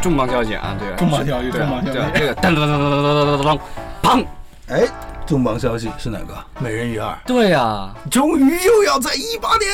重磅消息啊，对，重磅消息，对重磅消对啊息。这个噔噔噔噔噔噔噔噔噔，砰！哎，重磅消息是哪个？美人鱼二对呀、终于又要在一八年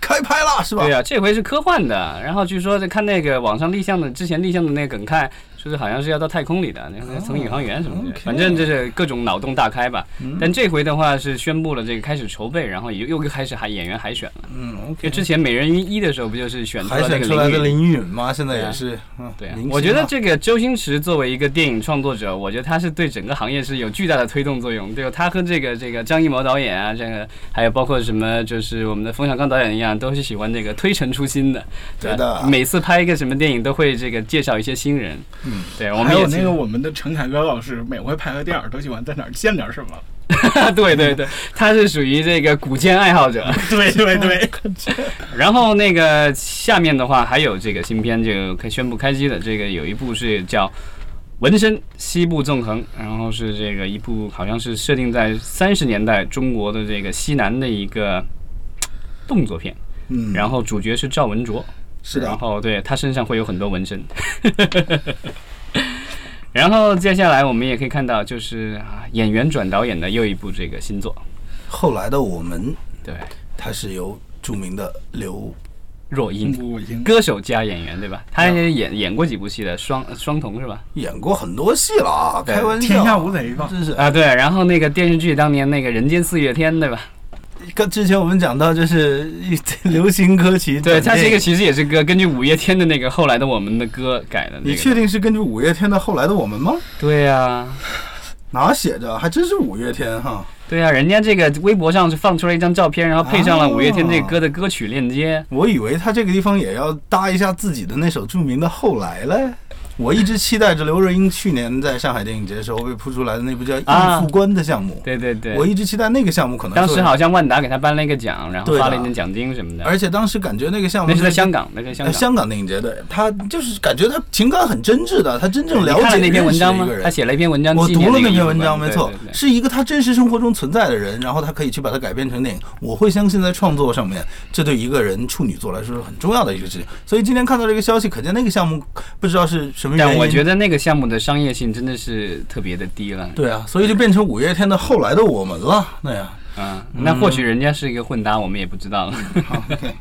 开拍了，是吧对？呀、啊这回是科幻的。然后据说看那个网上立项的，之前立项的那个梗概，说是好像是要到太空里的，那个从宇航员什么之类的，哦 OK 嗯反正就是各种脑洞大开吧。但这回的话是宣布了这个开始筹备，然后又又开始海演员海选了。嗯就，OK。之前美人鱼一的时候，不就是选出海了那选个出来的林允？林允嘛，现在对啊也是，嗯，对啊明星，我觉啊得这个周星驰作为一个电影创作者，我觉得他是对整个行业是有巨大的推动作用。对吧，他和这个这个张艺谋导演啊，这个还有包括什么，就是我们的冯小刚导演一样，都是喜欢这个推陈出新的。对吧对的每次拍一个什么电影都会这个介绍一些新人。嗯，对，我们还也有那是个我们的陈凯歌老师，每回拍个电影都喜欢在哪儿见点什么。 对对对，他是属于这个古剑爱好者。 对对 对，然后那个下面的话还有这个新片就可以宣布开机的，这个有一部是叫《纹身西部纵横》，然后是这个一部好像是设定在三十年代中国的这个西南的一个动作片，嗯，然后主角是赵文卓，是然的，后对他身上会有很多纹身。 然后接下来我们也可以看到，就是啊演员转导演的又一部这个新作，后来的我们，对，它是由著名的刘若音中国已经歌手加演员，对吧？他也演演过几部戏的，双双瞳是吧？演过很多戏了啊，对开玩笑，天下无贼吧？真是哎啊，对。然后那个电视剧当年那个《人间四月天》，对吧？跟之前我们讲到，就是一 流行歌 曲对，转它变，这个其实也是歌，根据五月天的那个后来的我们的歌改的。你确？定是根据五月天的《后来的我们》吗？对啊呀、哪写着？还真是五月天哈。对呀、人家这个微博上是放出了一张照片，然后配上了五月天这个歌的歌曲链接。我以为他这个地方也要搭一下自己的那首著名的《后来》嘞。我一直期待着刘若英去年在上海电影节的时候被扑出来的那部叫《啊易复关》的项目，对对对我，一直期待那个项目可能当是时好像万达给他颁了一个奖，然后对的发了一点奖金什么的。而且当时感觉那个项目那是在香港，那是在香呃港。香港电影节，对他就是感觉他情感很真挚的，他真正你了看了解那篇认文识章一吗个？人他写了一篇文章，我纪读念了这那个篇英文章，对没错对，对是一个他真实生活中存在的人，然后他可以去把它改编成电影。我会相信在创作上面，这对一个人处女座来说是很重要的一个事情。所以今天看到这个消息，可见那个项目不知道是什么原因。但我觉得那个项目的商业性真的是特别的低了。对啊，所以就变成五月天的后来的我们了。那样，嗯，那或许人家是一个混搭，我们也不知道了， 好，OK。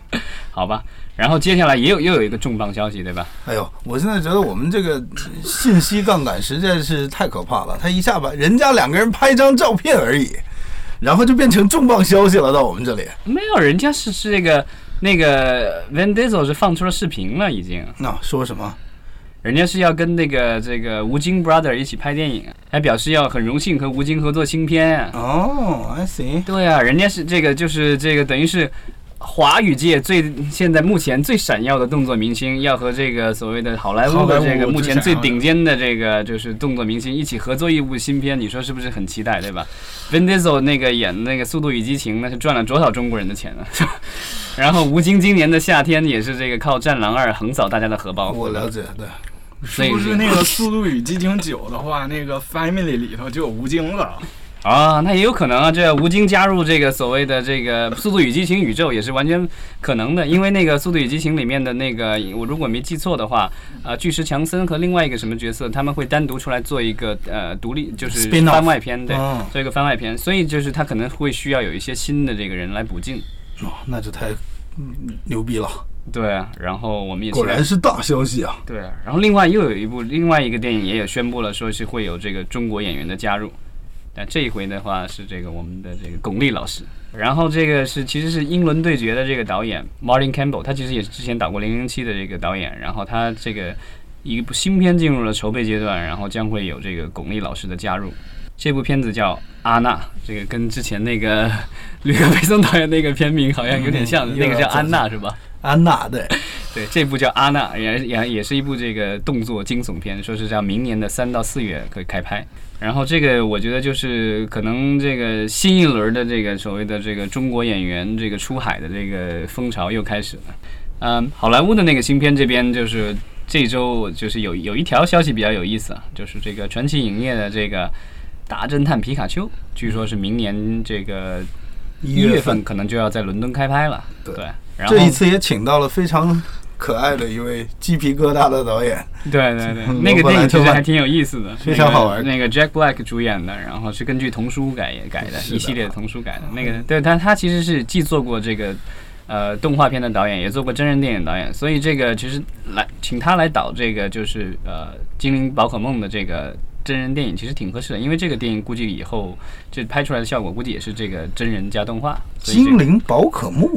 好吧。然后接下来也有又有一个重磅消息，对吧？哎呦，我现在觉得我们这个信息杠杆实在是太可怕了。他一下把人家两个人拍张照片而已，然后就变成重磅消息了，到我们这里。没有，人家是是这个那个 Van Diesel 是放出了视频了，已经，那、说什么？人家是要跟那个这个吴京 brother 一起拍电影，还表示要很荣幸和吴京合作新片啊。哦、i see。对啊，人家是这个就是这个等于是。华语界最现在目前最闪耀的动作明星，要和这个所谓的好莱坞好莱的坞这个目前最最闪耀的顶尖的这个就是动作明星一起合作一部新片，你说是不是很期待，对吧？Vin Diesel 那个演那个《速度与激情》，那是赚了多少中国人的钱啊！ 然后吴京今年的夏天也是这个靠《战狼二》横扫大家的荷包，我了解，对。所是以不是那个《速度与激情九》的话，那 个 Family 里头就有吴京了？啊，那也有可能啊。这吴京加入这个所谓的这个《速度与激情》宇宙也是完全可能的，因为那个《速度与激情》里面的那个，我如果没记错的话，呃，巨石强森和另外一个什么角色，他们会单独出来做一个呃独立，就是 Spin-off 番外篇，对哦，做一个番外篇，所以就是他可能会需要有一些新的这个人来补进。哦，那就太嗯牛逼了，对啊，然后我们也期果待然是大消息啊！对啊，然后另外又有一部另外一个电影也有宣布了，说是会有这个中国演员的加入，但这一回的话是这个我们的这个巩俐老师，然后这个是其实是《英伦对决》的这个导演 Martin Campbell，他其实也是之前导过《零零七》的这个导演，然后他这个一部新片进入了筹备阶段，然后将会有这个巩俐老师的加入。这部片子叫《阿娜》，这个跟之前那个 吕克·贝松导演那个片名好像有点像，嗯那个又叫要《安娜》是吧？安娜，对，对，这部叫《阿娜》，也也也是一部这个动作惊悚片，说是要明年的三到四月可以开拍。然后这个我觉得就是可能这个新一轮的这个所谓的这个中国演员这个出海的这个风潮又开始了。嗯，好莱坞的那个新片这边就是这周就是有有一条消息比较有意思啊，就是这个传奇影业的这个《大侦探皮卡丘》，据说是明年这个一一月月份可能就要在伦敦开拍了。对对，然后这一次也请到了非常可爱的一位鸡皮疙瘩的导演。对对对，嗯那个电我本来影其就实把还挺有意思的，非常好玩那个。那个 Jack Black 主演的，然后是根据童书改改的是的一系列的童书改的。那个对他他其实是既做过这个呃动画片的导演，也做过真人电影导演，所以这个其实来请他来导这个就是呃精灵宝可梦的这个。真人电影其实挺合适的，因为这个电影估计以后这拍出来的效果估计也是这个真人加动画。所以这个精灵宝可梦，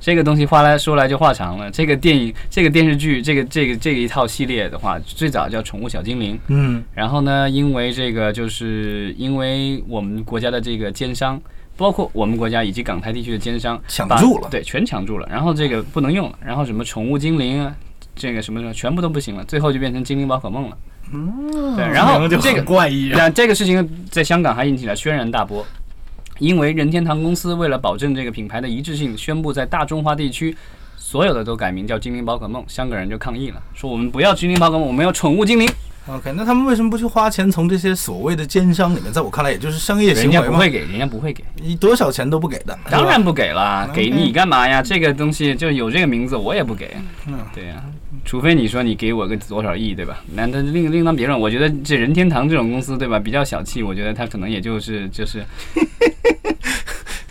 这个东西话来说来就话长了。这个电影、这个电视剧、这个这个这个一套系列的话，最早叫《宠物小精灵》，嗯，然后呢，因为这个就是因为我们国家的这个奸商，包括我们国家以及港台地区的奸商抢把注了对，全抢注了。然后这个不能用了，然后什么宠物精灵啊，这个什么什么全部都不行了，最后就变成精灵宝可梦了。嗯，对，然后名字就这个很怪异啊。那这个事情在香港还引起了轩然大波，因为任天堂公司为了保证这个品牌的一致性，宣布在大中华地区所有的都改名叫精灵宝可梦，香港人就抗议了，说我们不要精灵宝可梦，我们要宠物精灵， OK，那他们为什么不去花钱从这些所谓的奸商里面？在我看来，也就是商业行人家为不嘛会，给，人家不会给。你多少钱都不给的。是吧当然不给啦， OK 给你干嘛呀？这个东西就有这个名字，我也不给嗯。对呀、除非你说你给我个多少亿，对吧？那那另另当别论。我觉得这任天堂这种公司，对吧，比较小气。我觉得他可能也就是就是，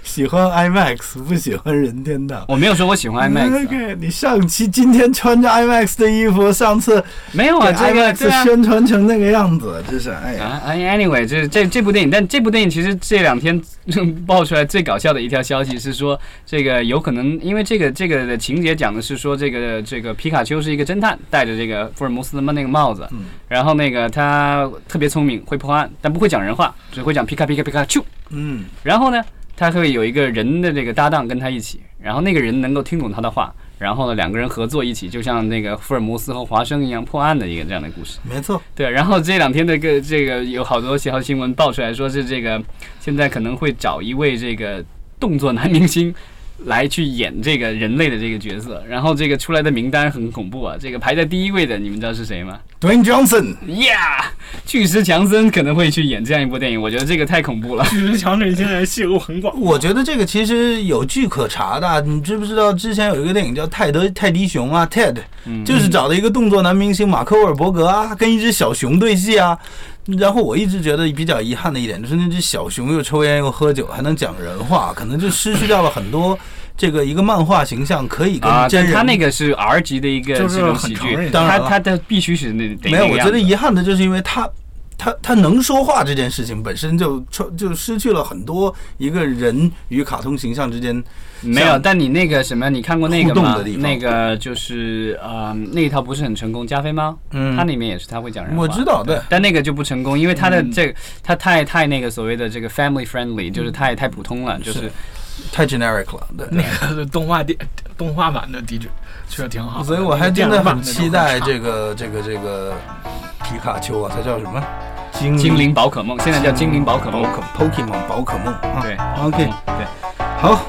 喜欢 IMAX，不喜欢任天堂。我没有说我喜欢哦 IMAX，啊、 OK，你上期今天穿着 IMAX 的衣服，上次没有给啊，这个 IMAX 对啊。宣传成那个样子，真是哎呀，啊哎，anyway，这这这部电影，但这部电影其实这两天 爆出来最搞笑的一条消息是说，这个有可能因为这个这个的情节讲的是说，这个这个皮卡丘是一个侦探，戴着这个福尔摩斯的那个帽子，嗯然后那个他特别聪明，会破案，但不会讲人话，只会讲皮卡皮卡皮卡丘。嗯，然后呢，他会有一个人的这个搭档跟他一起，然后那个人能够听懂他的话，然后呢两个人合作一起，就像那个福尔摩斯和华生一样破案的一个这样的故事。没错，对，然后这两天的个这个有好多小新闻爆出来说是这个，现在可能会找一位这个动作男明星来去演这个人类的这个角色，然后这个出来的名单很恐怖啊，这个排在第一位的你们知道是谁吗 Dwayne Johnson， ？Yeah，巨石强森可能会去演这样一部电影，我觉得这个太恐怖了。巨石强森现在戏路很 广，我觉得这个其实有据可查的。啊你知不知道之前有一个电影叫《泰德泰迪熊》啊，Ted，嗯，就是找的一个动作男明星马克·沃尔伯格啊，跟一只小熊对戏啊。然后我一直觉得比较遗憾的一点就是那只小熊又抽烟又喝酒，还能讲人话，可能就失去掉了很多这个一个漫画形象可以啊，跟真人。他那个是 R 级的一个就这是种很喜成剧，人当他然了他他必须是那得啊没有，那个我觉样得子遗憾的就是因为他。他他能说话这件事情本身就就就失去了很多一个人与卡通形象之间没有，像但你那个什么，你看过那个互动吗的地？方那个就是呃，那一套不是很成功，加菲猫，嗯它里面也是他会讲人话，我知嗯道对，但那个就不成功，因为它的这个它太太那个所谓的这个 family friendly，就是嗯太太普通了，就是是太 generic 了，对。那个动画电动画版的 DJ 确实挺好的，所以我还真的电影版很那种期待很差这个这个这个皮卡丘啊，它叫什么？精精灵宝可梦，现在叫精灵宝可梦，嗯 Pokemon 宝可梦啊。对，OK，对。好，